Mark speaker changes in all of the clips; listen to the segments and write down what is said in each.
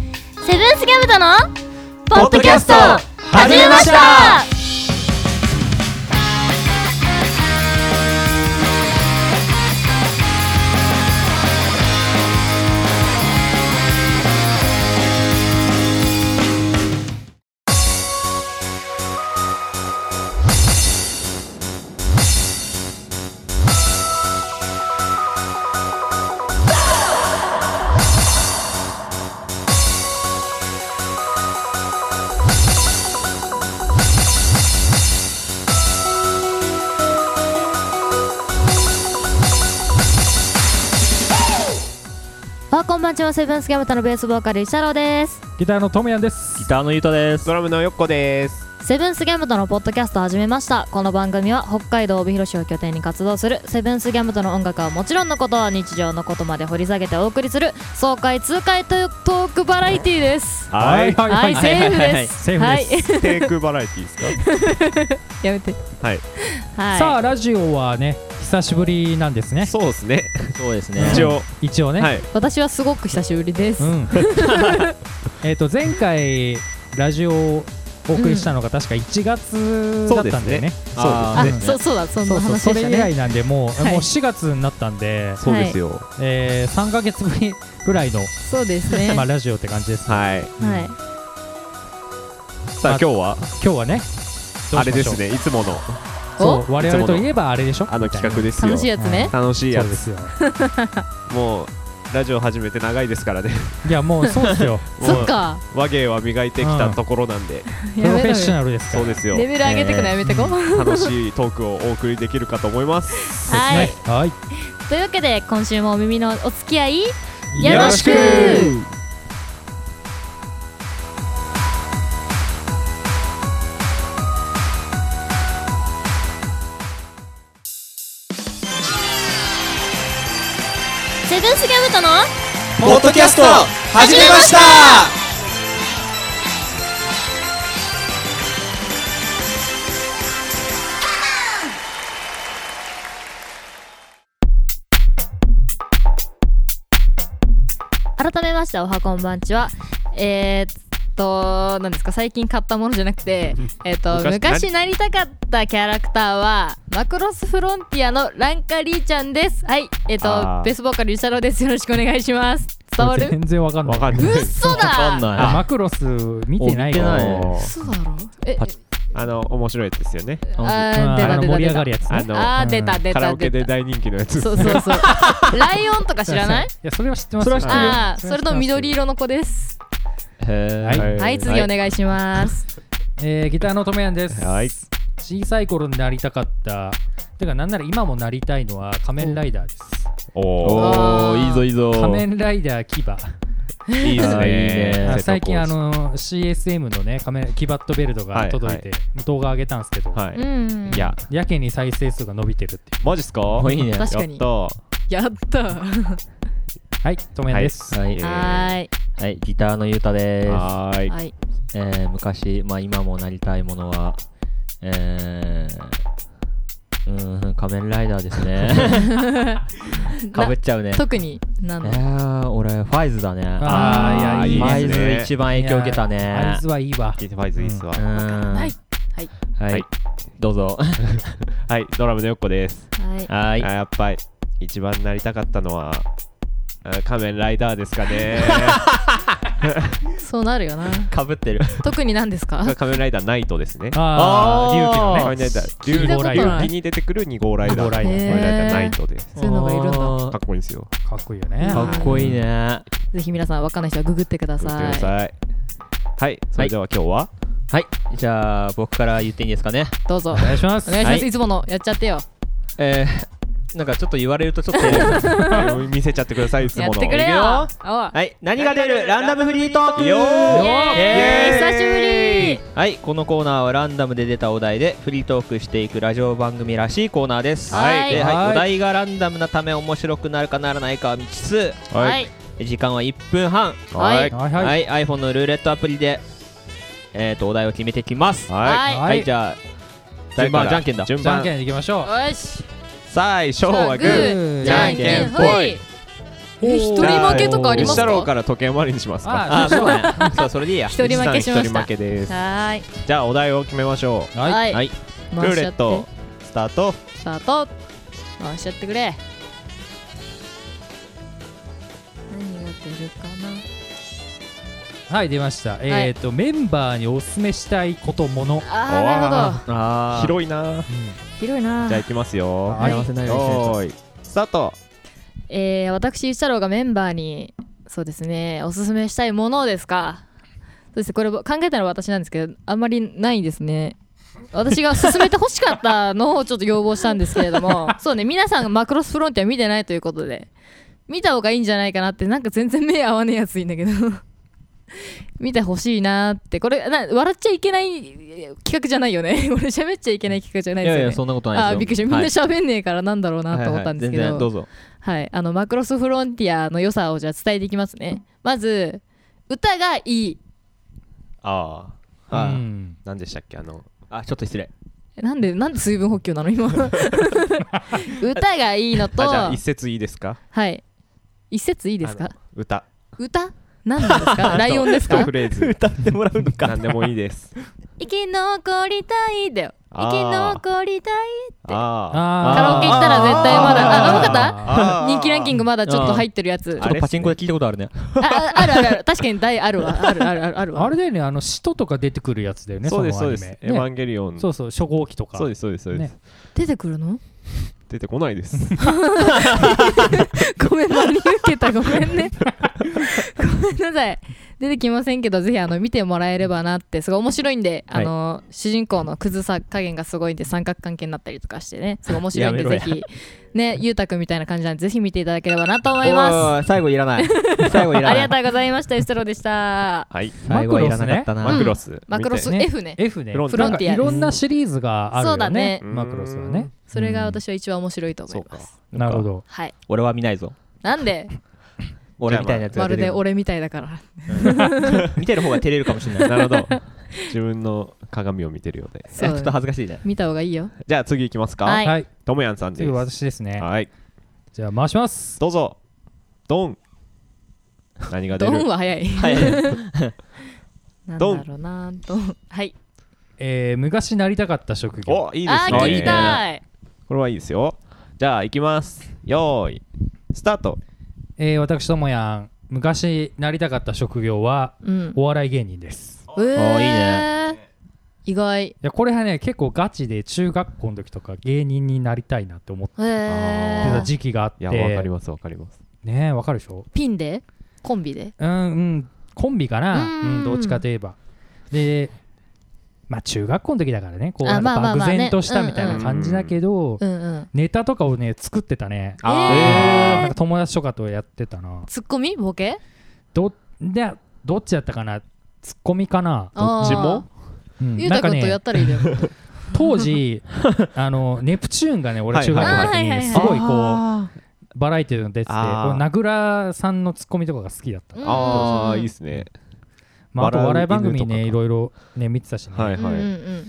Speaker 1: ルースギャムとの
Speaker 2: ポッドキャスト始めました
Speaker 1: わこんばんちはセブンスギャムとのベースボーカル石太郎です
Speaker 3: ギターのともやんです。
Speaker 2: ギターのゆうたです
Speaker 4: ドラムのよっこです。
Speaker 1: セブンスギャムとのポッドキャストを始めましたこの番組は北海道帯広市を拠点に活動するセブンスギャムとの音楽はもちろんのこと日常のことまで掘り下げてお送りする爽快痛快というトークバラエティーです
Speaker 4: はい。
Speaker 3: は
Speaker 1: はい、セー
Speaker 2: は
Speaker 1: フ
Speaker 2: いは
Speaker 1: で
Speaker 2: い
Speaker 1: す
Speaker 3: セーフです
Speaker 1: はい
Speaker 4: テイクバラエティですか。
Speaker 1: やめて
Speaker 4: はい。
Speaker 1: はい
Speaker 3: さあラジオはね久しぶりなんですね。
Speaker 4: そうですね。
Speaker 2: そうですね
Speaker 4: 一応。
Speaker 3: 一応ね。
Speaker 4: はい。
Speaker 1: 私はすごく久しぶりです、
Speaker 3: うん えっと前回ラジオをお送りしたのが確か1月だったんだよね。
Speaker 4: そ
Speaker 1: あ
Speaker 4: うですね。
Speaker 1: そうそうだそんな
Speaker 3: そう
Speaker 1: 話
Speaker 3: そ
Speaker 1: で
Speaker 3: れ
Speaker 1: した
Speaker 3: 以
Speaker 1: ね
Speaker 3: 来なんでもうもう
Speaker 1: はい
Speaker 3: 4月になったんで、
Speaker 4: そうですよ。
Speaker 3: えー3ヶ月ぶりぐらいの
Speaker 1: そうですね
Speaker 3: ま
Speaker 1: は
Speaker 3: あラジオって感じです。
Speaker 4: はい。
Speaker 1: い
Speaker 4: さあ今日は
Speaker 3: 今日はねどう
Speaker 4: あ
Speaker 3: し
Speaker 4: れ
Speaker 3: ま
Speaker 4: で
Speaker 3: しょう
Speaker 4: す。ね。いつもの
Speaker 3: そう我々といえばあれでしょ。
Speaker 4: あの企画
Speaker 3: み
Speaker 4: ですよ
Speaker 1: 楽しい。やつね
Speaker 4: 楽したい
Speaker 3: いな
Speaker 4: や
Speaker 3: そうで
Speaker 4: つ。
Speaker 3: すよ。
Speaker 4: もうラジオ始めて長いですからね。
Speaker 3: いやもうそうですよ。
Speaker 1: そっ。か
Speaker 4: 和芸は磨いてきたところなんで。
Speaker 3: プ
Speaker 1: や
Speaker 3: ロ
Speaker 1: め
Speaker 3: フェ
Speaker 1: ろ
Speaker 3: ッショ
Speaker 1: よ
Speaker 3: ナルですか
Speaker 4: そ
Speaker 3: ら
Speaker 4: う。ですよ。
Speaker 1: レベル上げてくのやめてこう、
Speaker 4: 楽しいトークをお送りできるかと思います。
Speaker 1: はい
Speaker 3: ですね。はい。
Speaker 1: というわけで今週もお耳のお付き合いよ
Speaker 3: よ
Speaker 1: ろ
Speaker 3: ろ
Speaker 1: し
Speaker 3: し
Speaker 1: く
Speaker 3: く
Speaker 1: セブンスギャムとの
Speaker 2: ポッドキャスト始めました
Speaker 1: 改めましておはこんばんちはえー、っと何ですか最近買ったものじゃなくてえーっと昔
Speaker 4: 昔
Speaker 1: なりたかったキャラクターはマクロスフロンティアのランカリーちゃんですはいえーっ
Speaker 4: あ
Speaker 1: と
Speaker 4: ー
Speaker 1: ベースボーカルゆさろうですよろしくお願いします伝わる
Speaker 3: 全然わかんない。
Speaker 4: わかんない。
Speaker 1: 嘘だ
Speaker 2: わかんない
Speaker 3: あマクロス見てない
Speaker 2: お見てない
Speaker 3: よ。
Speaker 1: 嘘だろえ
Speaker 2: パチ
Speaker 4: あの面白いやつですよね。
Speaker 1: あー
Speaker 3: うん
Speaker 1: 出
Speaker 3: あ
Speaker 1: た
Speaker 3: の
Speaker 1: 出
Speaker 3: 盛り上
Speaker 1: た
Speaker 3: がる
Speaker 1: 出
Speaker 3: やつ
Speaker 4: あ
Speaker 3: ね。
Speaker 1: た
Speaker 4: の
Speaker 1: あー出た出
Speaker 4: カラ
Speaker 1: た
Speaker 4: オケで
Speaker 1: 出た
Speaker 4: 大人気のやつ。
Speaker 1: そうそうそうライオンとか知らない
Speaker 3: いやそれは知ってます。
Speaker 4: それは知ってるよ
Speaker 1: ああーそれと緑。色の子です
Speaker 2: へ
Speaker 3: はい
Speaker 2: ー
Speaker 1: はい次お願いします
Speaker 3: えーギターのとめやんです。
Speaker 4: はい。
Speaker 3: 小さい頃になりたかった。てかなんなら今もなりたいのは仮面ライダーです。
Speaker 4: おお。
Speaker 2: おーいいぞいいぞ
Speaker 3: 仮面ライダー牙。
Speaker 4: いいです
Speaker 2: あーいいね
Speaker 4: ね
Speaker 3: あ。最近あの CSM のね仮面キバットベルトが届いて
Speaker 4: は
Speaker 3: 動画上げたんですけど、
Speaker 4: は
Speaker 1: う
Speaker 4: い。
Speaker 1: ん
Speaker 4: いや
Speaker 3: やけに再生数が伸びてるってい
Speaker 4: マジっすか。
Speaker 2: おいいね
Speaker 1: 確か
Speaker 4: やっ
Speaker 1: に
Speaker 4: た。は
Speaker 1: やったは
Speaker 3: う。はいとめやんです。
Speaker 2: はい
Speaker 4: えー
Speaker 1: ーい
Speaker 2: はいギターのゆうたです
Speaker 4: ーい。
Speaker 1: はい
Speaker 2: えー昔まあ今もなりたいものはえーうーん仮面ライダーですねかぶっちゃうね
Speaker 1: 特になん
Speaker 2: え
Speaker 1: だ
Speaker 2: ー俺ファイズだね
Speaker 3: あー
Speaker 2: フ
Speaker 3: いや
Speaker 2: ァ
Speaker 3: いい
Speaker 2: イ
Speaker 3: で
Speaker 4: ね
Speaker 3: す
Speaker 2: ズ一番影響受けた
Speaker 3: いやー
Speaker 2: ね
Speaker 3: あいつはいいわ。
Speaker 4: ファイズいいっすわ
Speaker 2: う。ん
Speaker 1: はいはい
Speaker 2: はいどうぞ
Speaker 4: はい、ドラムのよっこです。
Speaker 1: はい
Speaker 2: は
Speaker 4: あ
Speaker 2: い
Speaker 4: やっぱり一番なりたかったのはあ仮面ライダーです かね。
Speaker 1: そうなるよな
Speaker 2: かぶってる
Speaker 1: 特に何 ですか
Speaker 4: 仮面ライダーナイトですね。
Speaker 3: ああ
Speaker 2: あー
Speaker 3: 龍騎のね。
Speaker 4: 仮面ライダー、竜
Speaker 1: 聞いたことない
Speaker 4: 竜騎に出てくる2号ライダー。
Speaker 3: 二号ライダ
Speaker 1: ー
Speaker 4: 仮面ライダーナイトです。
Speaker 1: そういうのがいるんだ
Speaker 2: あー
Speaker 4: かっこいいんですよ。
Speaker 3: かっこいいよね。
Speaker 2: かっこいいね
Speaker 1: ぜひ皆さんわかんない人はググってくだ
Speaker 4: 見てく
Speaker 1: さ
Speaker 4: だ
Speaker 1: い
Speaker 4: さい。はい、それでは今 日は
Speaker 2: はいじゃあ僕から言っていいんですかね
Speaker 1: どうぞ
Speaker 3: お願いします
Speaker 1: お。願いしま
Speaker 2: は
Speaker 1: す
Speaker 2: い
Speaker 1: いつものやっちゃってよ
Speaker 2: えーなんかちょっと言われるとちょっと
Speaker 4: 見せちゃってください、いつ
Speaker 1: や
Speaker 4: も
Speaker 1: っ
Speaker 4: の。
Speaker 1: てくれ
Speaker 2: いく
Speaker 1: よ
Speaker 2: よ
Speaker 1: おい
Speaker 2: はい何が出るランダムフリートーク
Speaker 4: よ
Speaker 1: イ
Speaker 4: ー
Speaker 1: エーイ久しぶり
Speaker 2: はいこのコーナーはランダムで出たお題でフリートークしていくラジオ番組らしいコーナーです
Speaker 1: はい
Speaker 2: で
Speaker 3: はい
Speaker 2: お題がランダムなため面白くなるかならないかは未知数
Speaker 1: はい
Speaker 2: 時間は1分半
Speaker 1: はい
Speaker 4: はい。
Speaker 3: はいは。
Speaker 2: はいい、iPhone のルーレットアプリで、えー、とお題を決めてきますは、
Speaker 4: はい。
Speaker 1: はい
Speaker 2: じゃあ順番じゃんけんだ
Speaker 4: 順
Speaker 3: じゃん
Speaker 4: 番。
Speaker 3: けんいきましょう。
Speaker 1: よし
Speaker 4: 最初はグー。
Speaker 3: じゃんけん
Speaker 1: じゃんけんほい
Speaker 3: お
Speaker 1: え一人負けとかあります
Speaker 4: シャロー
Speaker 1: か
Speaker 4: から時計回りにしますか
Speaker 3: あ
Speaker 2: あそうやそうそれでいいや
Speaker 1: 一人負けしま
Speaker 4: 一
Speaker 1: し
Speaker 4: 人
Speaker 1: た
Speaker 4: 負けです
Speaker 1: はーい
Speaker 4: じゃあお題を決めましょ
Speaker 3: はい
Speaker 1: はい、
Speaker 2: はい
Speaker 4: う
Speaker 1: 回
Speaker 4: ル
Speaker 1: しち
Speaker 4: ーレ
Speaker 1: ゃ
Speaker 4: ッ
Speaker 1: って
Speaker 4: トスタート
Speaker 1: スタート回しちゃってくれ何が出るかな
Speaker 3: はい出ました、えっ、とメンバーにおすすめしたいこともの、
Speaker 1: あーなるほ
Speaker 2: あー
Speaker 4: 広いな
Speaker 1: ど広いな
Speaker 4: じゃあいきますよ
Speaker 2: 合わせないようにしないと
Speaker 4: おーいスタート
Speaker 1: えー、私一太郎がメンバーにそうですねおすすめしたいものですかそうですねこれ考えたのは私なんですけどあんまりないですね私が勧めて欲しかったのをちょっと要望したんですけれど もそうね皆さんがマクロスフロンティア見てないということで見た方がいいんじゃないかなってなんか全然目合わねえやついいんだけど 見てほしいなってこれな笑っちゃいけない企画じゃないよね これ喋っちゃいけない企画じゃない
Speaker 2: い
Speaker 1: です
Speaker 2: や
Speaker 1: よね
Speaker 2: いやそんなことないです
Speaker 1: あ
Speaker 2: よ
Speaker 1: ーびっくりしたみんな喋んねえからなんだろうなと思ったんですけど、
Speaker 2: はいはいはい全然どうぞ
Speaker 1: はい、あのマクロスフロンティアの良さをじゃあ伝えていきますね。まず歌がいい。
Speaker 4: ああ
Speaker 3: う
Speaker 2: はい
Speaker 3: ん
Speaker 4: 何でしたっけあの
Speaker 2: あちょっと失礼
Speaker 1: えなんでなんで水分補給なの 今。歌がいいのと、
Speaker 4: あじゃあ一
Speaker 1: は
Speaker 4: 節いいですか
Speaker 1: い。一節いいです
Speaker 4: あ
Speaker 1: か
Speaker 4: の。歌
Speaker 1: 歌？何なんです か。ライオンです
Speaker 4: 一
Speaker 1: か。
Speaker 4: フレーズ
Speaker 2: 歌ってもらうの か
Speaker 4: 何でもいい です
Speaker 1: 生き残りたいだよ。生
Speaker 4: あ
Speaker 1: き
Speaker 4: ー
Speaker 1: 残りたい。
Speaker 4: あ
Speaker 3: あ
Speaker 1: カラオケ行ったら絶対まだあ
Speaker 3: あー
Speaker 1: の方。
Speaker 4: あ
Speaker 1: 人気ランキン
Speaker 4: グ
Speaker 1: グまだちょっと入ってるやつ。
Speaker 2: ちょっとパチンコで聞いたことあるね
Speaker 1: あああるあるある。確かに大あるわ。あるあるあるあるわ。
Speaker 3: あれだよねあの使徒とか出てくるやつだよね
Speaker 4: そうです
Speaker 3: そ
Speaker 4: そう
Speaker 3: のア
Speaker 4: で
Speaker 3: ニ
Speaker 4: す
Speaker 3: メ
Speaker 4: エヴァンゲリオン
Speaker 3: そうそう初号機とか
Speaker 4: そうですそうですそうです
Speaker 3: ね
Speaker 1: 出てくるの？
Speaker 4: 出てこな いです
Speaker 1: ごめん、真に受けた。ごめんね。ごめんなさい。出てきませんけど、ぜひあの見てもらえればなって、すごい面白いんで、
Speaker 2: はい
Speaker 1: あの主人公のクズさ加減がすごいんで、三角関係になったりとかしてね、すごい面白いんで、
Speaker 2: やめ
Speaker 1: ぜ
Speaker 2: ろ
Speaker 1: ひ、ね、ゆうたくんみたいな感じなんで、ぜひ見ていただければなと思いま
Speaker 2: おい最後いらない 最後い
Speaker 1: す。
Speaker 2: ら
Speaker 1: あり
Speaker 2: な
Speaker 1: が
Speaker 2: い
Speaker 1: とうございました、エステロで した。
Speaker 4: はい
Speaker 2: 最後はいらなかったな
Speaker 4: マクロス
Speaker 1: マクロス
Speaker 3: ね
Speaker 1: F ね。
Speaker 3: F ね
Speaker 4: フロン
Speaker 1: ィ
Speaker 4: テ
Speaker 1: ア
Speaker 3: なんかいろんなシリーズがある
Speaker 1: そ
Speaker 3: よ
Speaker 1: うだね
Speaker 3: ねマクロスはね
Speaker 1: それが私は一番面白いと思い
Speaker 4: そ
Speaker 1: ま
Speaker 4: うか
Speaker 1: す。
Speaker 3: なるほど
Speaker 1: はい。
Speaker 2: 俺は見ないぞ
Speaker 1: なんで、
Speaker 2: 俺みたいなやつ
Speaker 1: ま
Speaker 2: が出て
Speaker 1: る
Speaker 2: く
Speaker 1: で
Speaker 2: る
Speaker 1: 俺みたいだから。
Speaker 2: 見てる方が照れるかもしれ ない
Speaker 4: なる ほど自分の鏡を見てるようで
Speaker 1: そう
Speaker 2: ちょっと恥ずかし いね
Speaker 1: 見た方がいいよ。
Speaker 4: じゃあ次行きます
Speaker 1: は
Speaker 4: か
Speaker 1: い
Speaker 3: はい
Speaker 4: ともやんさんで
Speaker 3: 次
Speaker 4: す
Speaker 3: 私ですね
Speaker 4: はい
Speaker 3: じゃあ回します
Speaker 4: どうぞドン何が出
Speaker 1: ドン
Speaker 4: る
Speaker 1: は早い。
Speaker 2: はい
Speaker 1: なんだろうな、ドン。はい。
Speaker 3: えー昔なりたかった職業
Speaker 4: おいいです
Speaker 1: あ
Speaker 4: ね
Speaker 1: ー聞きたい。
Speaker 4: これはいいですよじゃあ行きますよーいスタート
Speaker 3: えー私ともやん昔なりたかった職業は
Speaker 1: うん。
Speaker 3: お笑い芸人です
Speaker 1: えー
Speaker 2: いい
Speaker 1: 意外。
Speaker 3: いやこれはね結構ガチで中学校の時とか芸人になりたいなって思って
Speaker 1: えー
Speaker 3: た時期があって
Speaker 4: いやわかりますわかります
Speaker 3: ねえわかるでしょ
Speaker 1: ピンでコンビで
Speaker 3: うんうんコンビかな
Speaker 1: う
Speaker 3: うんん、どっちかといえばでまあ中学校の時だからねこう
Speaker 1: あ
Speaker 3: なん
Speaker 1: まあ
Speaker 3: か
Speaker 1: まあ
Speaker 3: 漠
Speaker 1: まあね
Speaker 3: 然としたみたいな感じだけど、
Speaker 1: うんうん。
Speaker 3: ネタとかをね作ってたね
Speaker 1: え
Speaker 3: なん
Speaker 1: ー
Speaker 3: か友達とかとやってたな
Speaker 1: ツッコミボケ
Speaker 3: どでどっちだったかなツッコミかな、
Speaker 1: ど
Speaker 4: っちも
Speaker 3: うん
Speaker 1: ゆう
Speaker 3: な
Speaker 1: た
Speaker 3: んか
Speaker 1: くんとや
Speaker 3: ね
Speaker 1: ったらいいだよ。
Speaker 3: 当時あのネプチューンがね俺中学校の時
Speaker 1: はいはいはいはい
Speaker 3: にすごいこうバラエティーの出ててこ
Speaker 4: あー
Speaker 3: う名倉さんのツッコミとかが好きだった、
Speaker 1: うん
Speaker 4: ああいいですね
Speaker 3: まあ、あと
Speaker 4: 笑
Speaker 3: 笑
Speaker 4: う
Speaker 3: い番組
Speaker 4: 犬とか
Speaker 3: ね
Speaker 4: か
Speaker 3: いろいろね見てたしね、
Speaker 4: はい
Speaker 1: うんうんうん。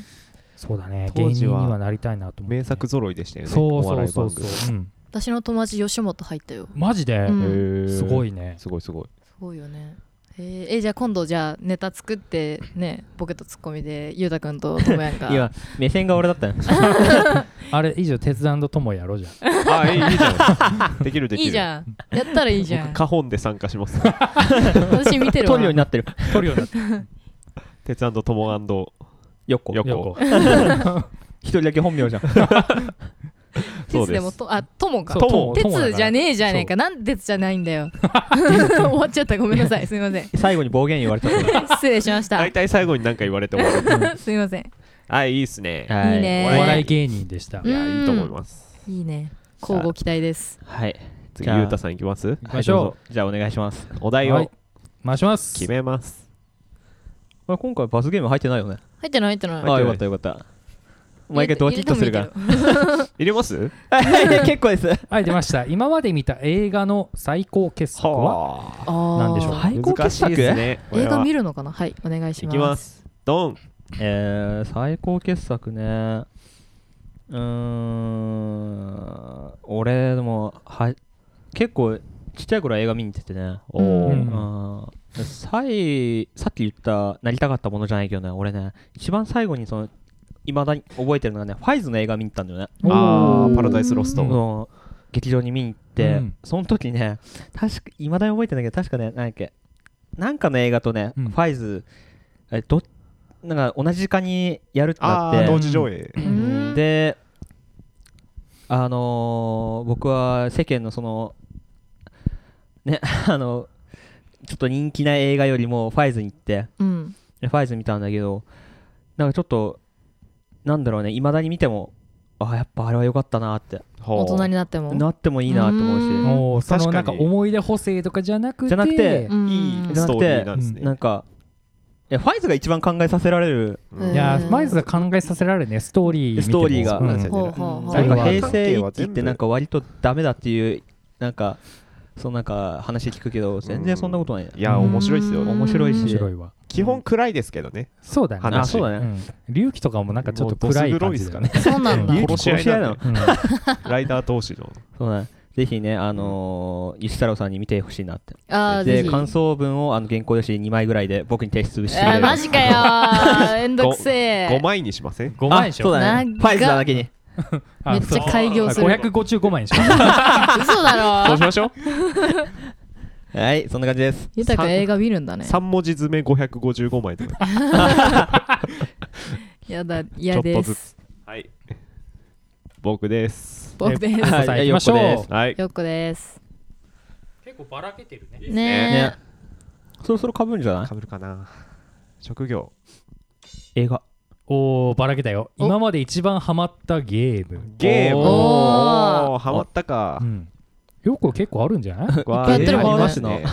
Speaker 3: そうだね
Speaker 4: 当
Speaker 3: 芸
Speaker 4: 時
Speaker 3: 人
Speaker 4: は
Speaker 3: にはなりたいなと思って、
Speaker 4: 名作揃いでしたよね
Speaker 3: そう
Speaker 4: お
Speaker 3: そ
Speaker 4: 笑
Speaker 3: う
Speaker 4: い
Speaker 3: そ
Speaker 4: 番
Speaker 3: う
Speaker 4: 組
Speaker 3: そう、うん、
Speaker 1: 私の友達吉本入ったよ。
Speaker 3: マジで、
Speaker 1: うん
Speaker 4: へー
Speaker 3: すごいね
Speaker 4: すごいすごい
Speaker 1: すごいよね。えーえじゃあ今度じゃあネタ作ってねボケとツッコミでゆうたくんとともやんが
Speaker 2: 今目線が俺だったよ
Speaker 3: あれ以上鉄腕と友やろうじゃん
Speaker 4: あいいいいじゃ んできるできる
Speaker 1: いいじゃんやったらいいじゃん
Speaker 4: 僕花本で参加し ます
Speaker 1: 私見てる
Speaker 2: 取
Speaker 1: わ
Speaker 2: るようになってる
Speaker 3: トリオだった
Speaker 4: 鉄腕ともアンド
Speaker 2: よっこ
Speaker 4: よっ
Speaker 3: 横
Speaker 4: こ
Speaker 2: 一人だけ本名じゃん
Speaker 1: 鉄
Speaker 4: そうです
Speaker 1: でもとあともか
Speaker 3: そう友
Speaker 1: 鉄じゃねえじゃねえかなんで鉄じゃないんだよ 終わっちゃったごめんなさいすいませ ん
Speaker 2: 最後に暴言言われちゃっ
Speaker 1: 失礼しました
Speaker 4: 大体最後に何か言われて終わる
Speaker 1: すいません
Speaker 4: はいいいっすね
Speaker 2: た
Speaker 1: いい
Speaker 3: お
Speaker 1: ね
Speaker 3: 笑い芸人でした、
Speaker 4: いや
Speaker 1: うん
Speaker 4: いいと思います
Speaker 1: いいね交互期待です
Speaker 2: はい
Speaker 4: 次
Speaker 2: じゃあ
Speaker 4: ゆうたさんいきます
Speaker 3: 行きましょう
Speaker 2: はいどぞじゃあお願いします
Speaker 4: お題
Speaker 3: はい
Speaker 4: を
Speaker 3: 回します
Speaker 4: 決めます
Speaker 2: これ今回罰ゲーム入ってないよね
Speaker 1: 入ってない入ってない
Speaker 2: ああよかったよかった毎回ドキッとするから
Speaker 1: 入れてもいいけど
Speaker 4: 入れます
Speaker 2: 結構です
Speaker 3: はい出ました今まで見た映画の最高傑作は
Speaker 4: は
Speaker 1: あー
Speaker 3: なんでしょう
Speaker 2: 最高
Speaker 4: 難
Speaker 2: 傑
Speaker 4: しい
Speaker 2: 作
Speaker 4: ですねこれ
Speaker 1: 映
Speaker 4: は
Speaker 1: 画見るのかなはいお願いし
Speaker 4: い
Speaker 1: ます
Speaker 4: きますドン
Speaker 2: えー、最高傑作ねうーん俺でもは結構ちっちゃい頃は映画見に行っててね。
Speaker 4: おお、
Speaker 3: うん
Speaker 2: あーさいさっき言ったなりたかったものじゃないけどね俺ね一番最後にそのいまだに覚えてるのがねファイズの映画見に行ったんだよね、
Speaker 4: あ
Speaker 3: お
Speaker 4: ー
Speaker 3: ー
Speaker 4: パラダイスロス
Speaker 2: そ
Speaker 4: ト、
Speaker 2: の劇場に見に行って、
Speaker 3: うん
Speaker 2: その時ね確かいまだに覚えてるんだけど確かね何やっけなんかの映画とね、
Speaker 3: うん
Speaker 2: ファイズえどなんか同じ時間にやるってな
Speaker 4: あ
Speaker 2: っ
Speaker 4: あ
Speaker 2: て
Speaker 4: 同時上映、
Speaker 1: うん
Speaker 2: であのー僕は世間のそのね あのちょっと人気な映画よりもファイズに行って
Speaker 1: うん
Speaker 2: でファイズ見たんだけどなんかちょっとなんだろうねいまだに見てもあやっぱあれは良かったなって
Speaker 4: ほう
Speaker 1: 大人になっても
Speaker 2: なってもいいなって思うし
Speaker 1: う
Speaker 3: おーそ
Speaker 4: 確か
Speaker 3: の
Speaker 4: に
Speaker 3: なんか思い出補正とかじゃなくて
Speaker 2: じゃなくて
Speaker 1: うん
Speaker 4: い
Speaker 2: じ
Speaker 4: い
Speaker 2: ゃ
Speaker 4: ス
Speaker 2: な
Speaker 4: ト
Speaker 2: く
Speaker 4: ー
Speaker 2: て
Speaker 4: リーなんですね、
Speaker 2: なんかいやファイズが一番考えさせられる
Speaker 1: うん
Speaker 3: いや
Speaker 1: う
Speaker 3: ー
Speaker 1: ん
Speaker 3: まずは考えさせられるねストーリー見
Speaker 2: ス
Speaker 3: ても
Speaker 2: トーリーが
Speaker 3: うん
Speaker 4: なんですよ
Speaker 1: ほうほうほう
Speaker 2: な
Speaker 3: れ
Speaker 2: ん
Speaker 3: は
Speaker 2: か平成一期
Speaker 4: 全
Speaker 2: っ
Speaker 4: 部
Speaker 2: てなんか割とダメだっていうなんかそのなんか話聞くけど全然そんなことないね
Speaker 4: いや面白いですよ、
Speaker 1: うん
Speaker 2: 面白い
Speaker 3: 面
Speaker 2: し
Speaker 3: 白いわ
Speaker 4: 基本暗いですけ どね
Speaker 3: そうだね
Speaker 4: 話
Speaker 2: あそうだ
Speaker 3: う
Speaker 2: ね
Speaker 3: ん隆起とかもなんかちょっと暗い感じだよね
Speaker 1: そうなんだ
Speaker 3: うん
Speaker 4: 殺し合いなんで
Speaker 3: うん
Speaker 4: ライダー同士の
Speaker 2: そうだねぜひねあのー、吉太郎さんに見てほしいなって
Speaker 1: あーぜ
Speaker 2: で
Speaker 1: ひ
Speaker 2: 感想文をあの原稿用紙2枚ぐらいで僕に提出してくれ
Speaker 1: あー
Speaker 2: る
Speaker 1: マジかよーめんどくせ
Speaker 4: 5
Speaker 1: え
Speaker 4: 枚にしません
Speaker 3: 5枚でし
Speaker 2: そう
Speaker 3: ょ
Speaker 2: だね
Speaker 1: 長っ
Speaker 2: ファイズだけに
Speaker 3: あ
Speaker 1: めっちゃ開業する
Speaker 3: 555枚にします
Speaker 1: 嘘だ
Speaker 4: そう
Speaker 1: ろ
Speaker 4: しましょう
Speaker 2: はいそんな感じです
Speaker 1: ゆたくん映画見るんだね
Speaker 4: 3文字詰め555枚とか
Speaker 1: やだ
Speaker 4: ちょ
Speaker 1: 嫌
Speaker 4: っと
Speaker 1: で
Speaker 4: ず
Speaker 1: す
Speaker 4: つはい僕です
Speaker 1: 僕です
Speaker 2: はい
Speaker 3: さあ行きましょう
Speaker 2: はい横です
Speaker 4: はい
Speaker 1: よっこです
Speaker 3: 結構ばらけてるね
Speaker 1: ねえ
Speaker 2: そろそろかぶるんじゃない
Speaker 4: かぶるかな職業
Speaker 2: 映画
Speaker 3: おおばらけたよ
Speaker 1: お
Speaker 3: 今まで一番ハマったゲーム
Speaker 4: ゲーム
Speaker 2: お
Speaker 1: ー
Speaker 4: おーハマったか
Speaker 3: うんよく結構あるんじゃない
Speaker 4: わ
Speaker 1: ぱいやってるもんね
Speaker 4: ありますね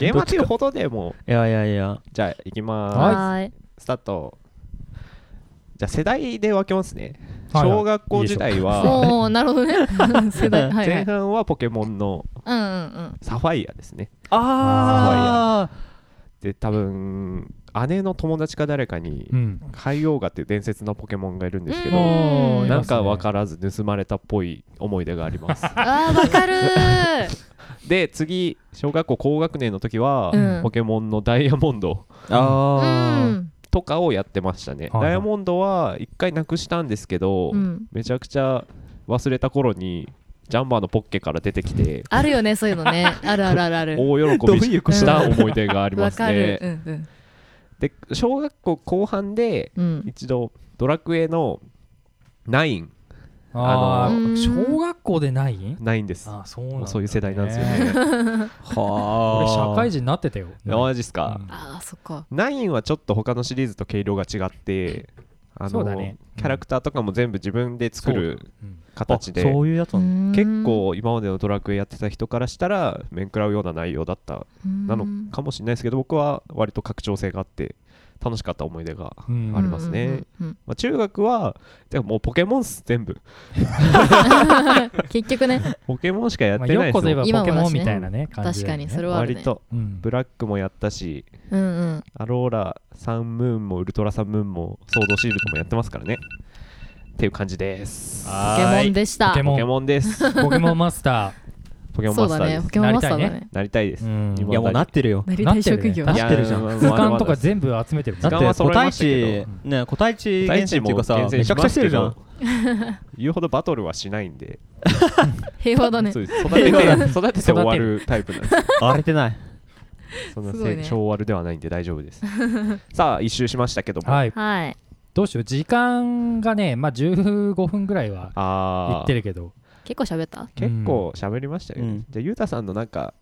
Speaker 4: ゲームっていうほどで も
Speaker 2: いやいやいや
Speaker 4: じゃあ行きま
Speaker 3: はい
Speaker 1: はーい
Speaker 4: すスタートじゃあ世代で分けますね
Speaker 3: はいはい
Speaker 4: 小学校時代は
Speaker 1: おおなるほどね 世代はいは
Speaker 4: 前
Speaker 1: い
Speaker 4: 半はポケモンの
Speaker 1: うんうん
Speaker 4: サファイアですね
Speaker 2: ああ
Speaker 4: で多分姉の友達か誰かに
Speaker 3: うん
Speaker 4: 海王ガっていう伝説のポケモンがいるんですけ
Speaker 1: う
Speaker 4: ど
Speaker 1: ん
Speaker 4: なんか分からず盗まれたっぽい思い出があります
Speaker 1: あーわかるー
Speaker 4: で次小学校高学年の時は、
Speaker 1: うん
Speaker 4: ポケモンのダイヤモンド
Speaker 1: う
Speaker 2: あ
Speaker 1: ん
Speaker 4: とかをやってましたね、
Speaker 3: はいはい
Speaker 4: ダイヤモンドは一回なくしたんですけど、
Speaker 1: うん
Speaker 4: めちゃくちゃ忘れた頃にジャンバーのポッケから出てきて
Speaker 1: あるよねそういうの ねあるあるあるある
Speaker 4: 大
Speaker 2: どう
Speaker 4: 喜
Speaker 2: い
Speaker 4: び
Speaker 2: うこと
Speaker 4: した思い出がありま
Speaker 1: わ
Speaker 4: す
Speaker 1: かるう
Speaker 4: ね
Speaker 1: ん
Speaker 4: で小学校後半で
Speaker 1: うんうん
Speaker 4: 一度ドラクエの9
Speaker 3: あ
Speaker 4: あ
Speaker 1: の
Speaker 3: の小学校でない
Speaker 4: ないんです
Speaker 3: あそうなんだ
Speaker 4: も
Speaker 3: ね
Speaker 4: うそういう世代なんですよね。
Speaker 2: あは
Speaker 3: 俺
Speaker 2: あ
Speaker 3: 社会人になってたよ
Speaker 4: いやマジっすか
Speaker 3: う。ん
Speaker 1: あーそっか
Speaker 4: 9はちょっと他のシリーズと毛色が違って、あ
Speaker 3: そう
Speaker 4: の
Speaker 3: だね
Speaker 4: キャラクターとかも全部自分で作る
Speaker 3: うん
Speaker 4: 形で、
Speaker 2: そういうやつなんだ
Speaker 4: 結構今までのドラクエやってた人からしたら面食らうような内容だったなのかもしれないですけど、僕は割と拡張性があって楽しかった思い出が、
Speaker 3: うん
Speaker 4: ありますね
Speaker 1: うんうん
Speaker 4: まあ、中学はでももうポケモンっす全部
Speaker 1: うん結局ね
Speaker 4: ポケモンしかやっ
Speaker 3: まあ
Speaker 4: て
Speaker 3: よ
Speaker 4: ないで
Speaker 3: っこ
Speaker 4: す
Speaker 3: といえ
Speaker 4: よ、
Speaker 3: ばポケモンみたいなね感
Speaker 1: 確
Speaker 3: じだ
Speaker 1: か
Speaker 3: よね
Speaker 1: にそれはある
Speaker 4: 割
Speaker 1: ね
Speaker 4: と
Speaker 3: うん
Speaker 4: ブラックもやったし
Speaker 1: うんうん
Speaker 4: アローラサンムーンもウルトラサンムーンもソードシールドもやってますからねっていう感じです
Speaker 1: ポケモンでし
Speaker 3: ポ
Speaker 1: た
Speaker 3: ケ
Speaker 4: ポ
Speaker 3: モ
Speaker 4: ケ
Speaker 3: ン
Speaker 4: モ ンです
Speaker 3: ポケモンマスタ
Speaker 4: ポケモン
Speaker 1: そ
Speaker 4: マ
Speaker 1: う
Speaker 4: ス
Speaker 1: だ
Speaker 4: ターで
Speaker 1: ね
Speaker 4: す
Speaker 1: ポケモンマスターだ
Speaker 3: な
Speaker 1: ね
Speaker 4: なりたいです
Speaker 3: ーうん
Speaker 4: 今
Speaker 2: いやもうなってるよ
Speaker 1: なりたい職業
Speaker 3: なってるよ
Speaker 4: い
Speaker 3: ね
Speaker 4: や
Speaker 3: 確かに図鑑とか全部集めてる
Speaker 2: だ
Speaker 3: もん
Speaker 4: 時
Speaker 2: っ
Speaker 4: 間
Speaker 2: て
Speaker 4: は揃
Speaker 2: 個
Speaker 4: え
Speaker 2: 体
Speaker 4: ましたけ
Speaker 2: 値ね個体値厳選っていうかさ
Speaker 4: 個体値も
Speaker 2: めちゃくちゃしてるじゃ ん
Speaker 4: 言うほどバトルはしないんで、
Speaker 1: 平和だね
Speaker 4: そうです育てて育てて終わるタイプなん です
Speaker 2: 荒れて ない
Speaker 4: そんな
Speaker 1: すごいね
Speaker 4: せ昭和ではないんで大丈夫です さあ一周しましたけども、
Speaker 3: はい
Speaker 1: はい
Speaker 3: どうしよう時間がねまあ15分ぐらいは言
Speaker 4: あ
Speaker 3: っ
Speaker 4: あ
Speaker 3: てるけど
Speaker 1: 結構喋った
Speaker 4: 結構喋りましたよね、
Speaker 2: うん
Speaker 4: じゃあゆうたさんのなんか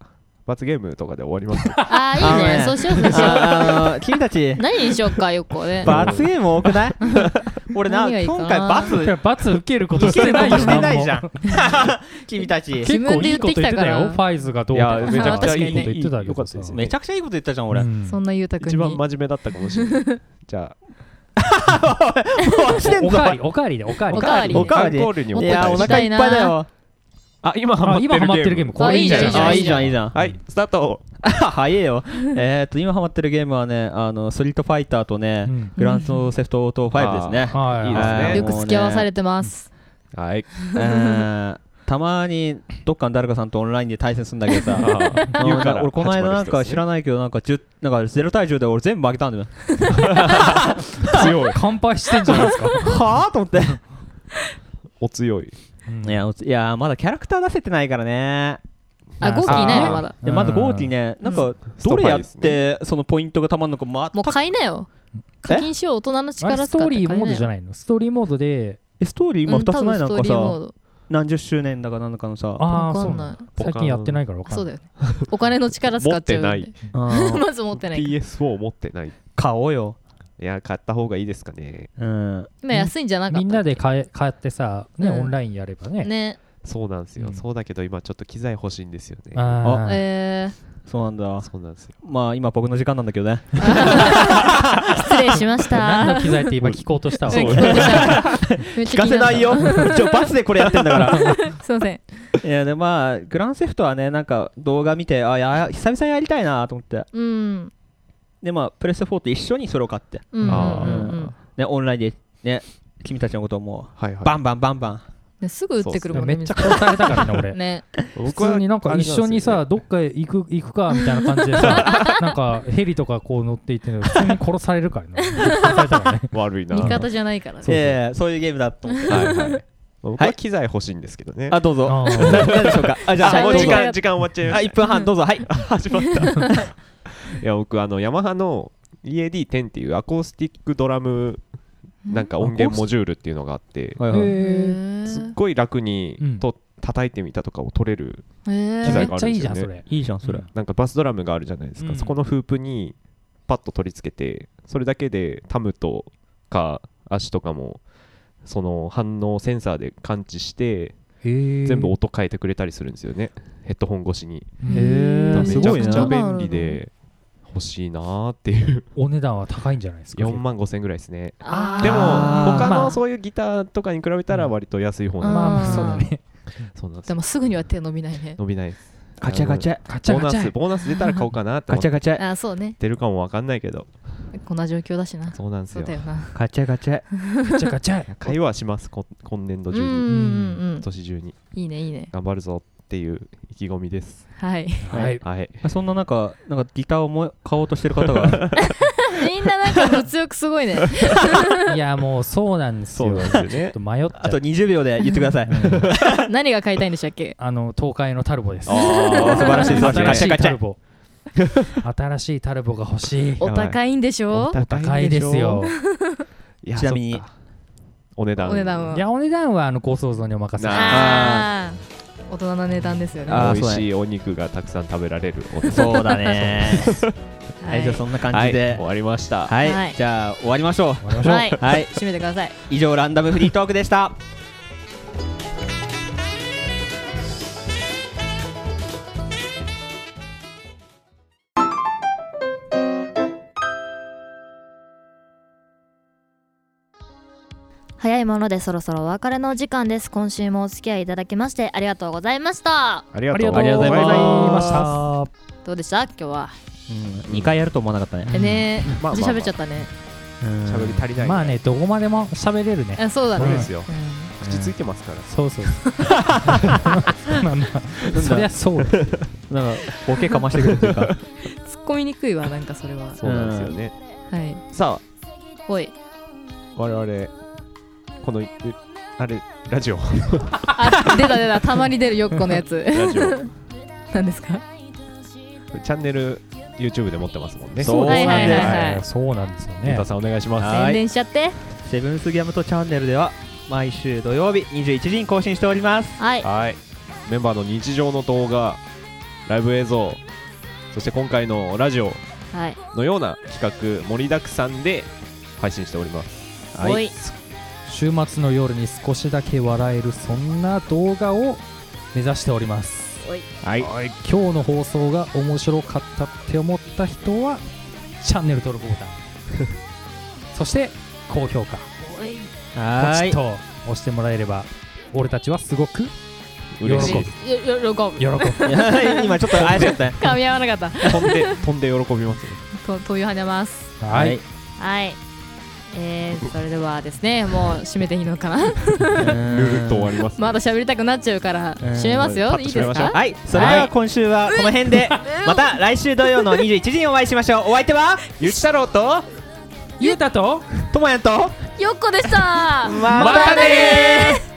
Speaker 4: 罰ゲームとかで終わりますか
Speaker 1: あ
Speaker 2: あ
Speaker 1: あいい
Speaker 2: の
Speaker 1: ね
Speaker 2: ね
Speaker 1: そうしようそうしよう
Speaker 2: ああの君たち
Speaker 1: 何にしようかよっこね
Speaker 2: 罰ゲーム多くない 俺な
Speaker 1: 何がいいか
Speaker 2: 今
Speaker 1: な
Speaker 2: 回罰
Speaker 3: いや罰受けること
Speaker 2: 受
Speaker 3: して
Speaker 2: ける
Speaker 3: ない
Speaker 2: こ
Speaker 3: よ
Speaker 2: としてないじゃ
Speaker 3: 何も
Speaker 2: ん 君たち
Speaker 3: 結構いいこと言ってた
Speaker 1: 自分で言ってきたから
Speaker 3: よファイズがどう
Speaker 4: い
Speaker 3: と
Speaker 4: や
Speaker 3: か
Speaker 4: めちゃくちゃ
Speaker 1: 確かに
Speaker 4: いい
Speaker 1: ね
Speaker 4: いい
Speaker 3: 言ってたけどさ
Speaker 4: よかったですね
Speaker 2: めちゃくちゃいいこと言ったじゃん俺
Speaker 3: う
Speaker 2: も
Speaker 3: ん
Speaker 1: そんなゆうたくんに
Speaker 4: 一番真面目だったかもしれない じゃあ
Speaker 2: うしてん
Speaker 3: お
Speaker 2: ぞ
Speaker 3: かわりおかわりでおかわり
Speaker 1: おかわり
Speaker 2: おかわり
Speaker 4: アンコールに
Speaker 1: お
Speaker 4: も
Speaker 1: か
Speaker 2: い
Speaker 1: わ
Speaker 2: や
Speaker 1: り
Speaker 2: お腹いっぱいだよ
Speaker 4: あ今ハマ
Speaker 3: あ
Speaker 4: ってる
Speaker 3: 今ハマってるゲ
Speaker 4: ゲー
Speaker 3: ーム
Speaker 4: ム
Speaker 3: これいいじゃ
Speaker 1: あ
Speaker 3: ん
Speaker 1: いいじゃん
Speaker 2: あいいじゃんいいじゃん
Speaker 4: はいスタート
Speaker 2: 早えよえーっと今ハマってるゲームはねあのストリートファイターとね
Speaker 3: うん
Speaker 2: グランドセフトオート5ですね
Speaker 3: はい
Speaker 4: いいですね
Speaker 2: あー
Speaker 1: よく付き合わされてます
Speaker 4: はい
Speaker 2: えーたまにどっかの誰かさんとオンラインで対戦するんだけどさ
Speaker 4: ああ 言うから
Speaker 2: 俺この間なんか知ら
Speaker 4: な
Speaker 2: ないけどなんか10なんか0対10で俺全部負けたんだ よ
Speaker 4: 強 い
Speaker 3: 乾杯してんじゃないですか、
Speaker 2: はあと思 って
Speaker 4: お強い
Speaker 2: いやおついやまだキャラクター出せてないからね
Speaker 1: あゴーキーいないのまだ
Speaker 2: でまずゴーティねなんかどれやってそのポイントがたまんのかま
Speaker 1: もう買いなよ課金しよう大人の
Speaker 3: あれ
Speaker 1: 力
Speaker 3: ストーリーモードじゃ
Speaker 1: ない
Speaker 3: ないのストーリーモードで
Speaker 2: えストーリー今2つ前なんかさ
Speaker 1: ド
Speaker 2: 何十周年だかなんだかのさ
Speaker 3: あ
Speaker 1: わ
Speaker 3: あ
Speaker 1: か
Speaker 3: そうんなの
Speaker 1: ない
Speaker 4: ポカーン
Speaker 3: 最近やってないからわかん
Speaker 1: そ
Speaker 3: ないう
Speaker 1: だよねお金の力使っちゃうよね
Speaker 4: 持っ
Speaker 1: まず持ってない
Speaker 4: PS4 持ってない
Speaker 2: 買おうよ
Speaker 4: いや買った方がいいですかね
Speaker 2: うん
Speaker 1: 今安いんじゃなかった
Speaker 3: みんなで買え買ってさ、ね
Speaker 1: うん
Speaker 3: オンラインやればね
Speaker 1: ね
Speaker 4: そうなんですよ、
Speaker 3: うん
Speaker 4: そうだけど今ちょっと機材欲しいんですよね
Speaker 3: あー
Speaker 1: え
Speaker 2: そうなんだ
Speaker 4: そうなんですよ
Speaker 2: まあ今僕の時間なんだけどね
Speaker 1: ー失礼しました
Speaker 3: 何の機材って今聞こうとしたわ
Speaker 1: うん聞こえためっちゃ気にった
Speaker 2: 聞かせないよ 一応バスでこれやってんだから
Speaker 1: すいません
Speaker 2: いやでまあグランセフトはねなんか動画見てあや久々にやりたいなと思って
Speaker 1: うん
Speaker 2: でまあプレステ4と一緒にそれを買って
Speaker 1: うんうん
Speaker 4: あ
Speaker 1: う
Speaker 4: ー
Speaker 1: んうん
Speaker 2: ねオンラインでね君たちのことをも
Speaker 4: はいは
Speaker 2: う
Speaker 4: い
Speaker 2: バンバンバンバン
Speaker 1: ねすぐ打ってくるもん
Speaker 3: め
Speaker 1: ね
Speaker 3: っちゃ殺されたから ね俺
Speaker 1: ね
Speaker 3: 普
Speaker 4: 僕は
Speaker 3: 通になん
Speaker 4: あ
Speaker 3: か
Speaker 4: れ
Speaker 3: 一
Speaker 4: ですよ
Speaker 3: 緒
Speaker 4: ね
Speaker 3: にさどっかへ行く行くかみたいな感じでさなんかヘリとかこう乗っていってんの普通に殺されるから ね殺されたからね
Speaker 4: 悪いな
Speaker 1: 味方じゃないから
Speaker 3: そう
Speaker 2: ええそういうゲームだと思って
Speaker 4: はい はいまあ僕
Speaker 2: は
Speaker 4: はい機材欲しいんですけどね、
Speaker 2: あどうぞ
Speaker 3: あー
Speaker 2: ななんでしょうかあじゃ
Speaker 1: あ
Speaker 2: あ
Speaker 4: も
Speaker 2: も
Speaker 4: う
Speaker 2: う
Speaker 4: 時
Speaker 2: 時
Speaker 4: 間
Speaker 2: 間
Speaker 4: 時間終わっちゃいま
Speaker 2: あ
Speaker 4: し
Speaker 2: 1分半どうぞはい
Speaker 4: た始まったいや僕あのヤマハの EAD10 っていうアコースティックドラムなんか音源モジュールっていうのがあって
Speaker 2: はいはい
Speaker 1: へ
Speaker 3: へ
Speaker 4: すっ
Speaker 1: ー
Speaker 4: ごい楽に
Speaker 3: うん
Speaker 4: と叩いてみたとかを取れる
Speaker 1: へー
Speaker 3: ー
Speaker 4: 機
Speaker 3: め
Speaker 4: 材
Speaker 3: っちゃいいじゃんそれ
Speaker 2: いいじゃんそれ
Speaker 4: なんかバスドラムがあるじゃないですか、
Speaker 3: うん
Speaker 4: そこのフープにパッと取り付けてそれだけでタムとか足とかもその反応をセンサーで感知して全
Speaker 3: 全
Speaker 4: 部音変えてくれたりするんですよねヘッドホン越しに
Speaker 1: へ
Speaker 2: え
Speaker 1: ー
Speaker 2: ー
Speaker 4: めちゃ
Speaker 2: すごい
Speaker 4: く
Speaker 2: な
Speaker 4: ちゃ便利で欲しいなーっていう
Speaker 3: お値段は高いんじゃないですか
Speaker 4: 4万5千ぐらいですね
Speaker 1: あー
Speaker 4: でも
Speaker 2: あー
Speaker 4: 他
Speaker 3: ま
Speaker 4: の
Speaker 3: あ
Speaker 4: そういうギターとかに比べたら割と安い方
Speaker 3: ま
Speaker 4: なん
Speaker 3: あまあそうだね
Speaker 4: でそうなんです
Speaker 1: で
Speaker 4: よ
Speaker 1: もすぐには手伸びないね
Speaker 4: 伸びないです
Speaker 2: ガチャガチ
Speaker 4: ャ
Speaker 2: ャ
Speaker 3: ガチ
Speaker 4: ボ
Speaker 3: ャ
Speaker 4: ー
Speaker 3: ガチ
Speaker 4: ナス
Speaker 3: ャ
Speaker 4: ボーナス出たら買おうかなって
Speaker 2: ガ
Speaker 4: 思っ
Speaker 2: チャ
Speaker 4: て
Speaker 2: ガチャ
Speaker 1: あそうね
Speaker 4: 出るかもわかんないけど
Speaker 1: こんな状況だしな
Speaker 4: そうなんです
Speaker 1: そう
Speaker 4: よ
Speaker 1: だよな
Speaker 2: ガチャガチャ
Speaker 3: ガチャガチャ
Speaker 4: 会話はしますこん今年
Speaker 1: う
Speaker 4: 度
Speaker 1: んう
Speaker 4: 中に、
Speaker 1: んう
Speaker 4: 今
Speaker 1: ん
Speaker 4: 年中に
Speaker 1: いいねいいね
Speaker 4: 頑張るぞっていう意気込みです
Speaker 1: はい
Speaker 3: はい
Speaker 4: はい
Speaker 2: そんな中なんかギターをもう買おうとしてる方 が
Speaker 1: みんななんか物欲す ごいね
Speaker 3: いやもうそうなんです
Speaker 4: そう
Speaker 3: よ
Speaker 4: な
Speaker 3: ち
Speaker 4: んです
Speaker 3: ょ
Speaker 4: よ
Speaker 3: っ
Speaker 4: ね
Speaker 3: と迷っちゃ
Speaker 2: あと
Speaker 3: う
Speaker 2: 20秒で言ってください
Speaker 1: 何が買いたいんでしたっけ
Speaker 3: あの東海のタルボです
Speaker 4: あー
Speaker 2: 素晴らしい素晴らしい
Speaker 3: 新し
Speaker 2: ガチャ
Speaker 3: い
Speaker 2: ガチャ
Speaker 3: タ ルボ新しいタルボが欲しい
Speaker 1: お高いんでしょ
Speaker 4: お
Speaker 3: 高いですよ
Speaker 4: いや
Speaker 2: ちなみに
Speaker 4: そっかお値段
Speaker 1: お値段はい
Speaker 3: やお値段はあのご想像にお任せ
Speaker 4: な
Speaker 1: あー大人な値段ですよね
Speaker 2: あー
Speaker 4: 美味しいお肉がたくさん食べられるお値段
Speaker 2: そうだね
Speaker 1: は
Speaker 2: はいいじゃあそんな感
Speaker 4: は
Speaker 2: じ
Speaker 4: い
Speaker 2: で
Speaker 4: 終わりました
Speaker 2: は
Speaker 1: はいい
Speaker 2: じゃあ終わりましょ
Speaker 3: 終わりましょう
Speaker 1: はいう
Speaker 2: はい
Speaker 1: 締めてください
Speaker 2: 以上ランダムフリートークでした
Speaker 1: 早いものでそろそろお別れのお時間です今週もお付き合いいただきましてありがとうございました
Speaker 4: ありがとう
Speaker 2: ありがとうございました
Speaker 3: あ
Speaker 1: どうでした今日は
Speaker 2: 2回やると思わなかったね
Speaker 1: えねえ
Speaker 4: まあまあまあ
Speaker 1: 喋っちゃったね
Speaker 4: 喋り足りない
Speaker 3: まあねどこまでも喋れるね
Speaker 1: あそうだ
Speaker 4: そう
Speaker 1: ね
Speaker 4: ですよ口ついてますから
Speaker 3: そうそう まあまあ そりゃそうだ
Speaker 2: なんかボケかましてくるっていうか
Speaker 1: うん突っ込みにくいわなんかそれは
Speaker 4: そうなんですよね
Speaker 1: はい
Speaker 4: さあ
Speaker 1: おい
Speaker 4: 我々このうあれラジオ
Speaker 1: あ出た出たたまに出るよっこのやつ
Speaker 4: ラジオ
Speaker 1: 何ですか
Speaker 4: チャンネル YouTube で持ってますもんね
Speaker 2: そう
Speaker 1: はいはいはいはい
Speaker 3: そうなんですよ
Speaker 4: ゆう
Speaker 3: ね
Speaker 4: たさんお願いします
Speaker 2: は
Speaker 1: 宣
Speaker 2: い
Speaker 1: 伝しちゃって
Speaker 2: セブンスギャムとチャンネルでは毎週土曜日21時に更新しております
Speaker 1: はい
Speaker 4: はい、メンバーの日常の動画、ライブ映像、そして今回のラジオ
Speaker 1: はい
Speaker 4: のような企画、盛りだくさんで配信しております。
Speaker 1: おい
Speaker 3: 週末の夜に少しだけ笑えるそんな動画を目指しております
Speaker 1: おい
Speaker 4: はい、
Speaker 3: 今日の放送が面白かったって思った人はチャンネル登録ボタン そして高評価
Speaker 1: おい
Speaker 3: ポ
Speaker 2: は
Speaker 3: チ
Speaker 2: ー
Speaker 3: ッと押してもらえれば俺たちはすごく
Speaker 4: 嬉しい。
Speaker 1: よよ喜ぶ
Speaker 3: 喜ぶ
Speaker 2: い 今ちょっと怪しかったね
Speaker 1: 噛み合わ なかった
Speaker 4: 飛んで、飛んで喜びます。
Speaker 1: と飛び跳ねます
Speaker 3: はい
Speaker 1: はいえー、それではですねもう締めていいのかな
Speaker 4: ぬるっと終わります、
Speaker 1: まだ喋りたくなっちゃうから
Speaker 2: うん
Speaker 1: 締めますよ
Speaker 4: パッと
Speaker 1: いい
Speaker 4: 締
Speaker 1: で
Speaker 4: め
Speaker 1: す
Speaker 4: ましょう
Speaker 1: か
Speaker 2: はい、それでは今週はこの辺で、また来週土曜の21時にお会いしましょう。お相手は、ゆき太郎と、
Speaker 3: ゆうたと
Speaker 2: ともやんと、
Speaker 1: よっこでした
Speaker 2: またねー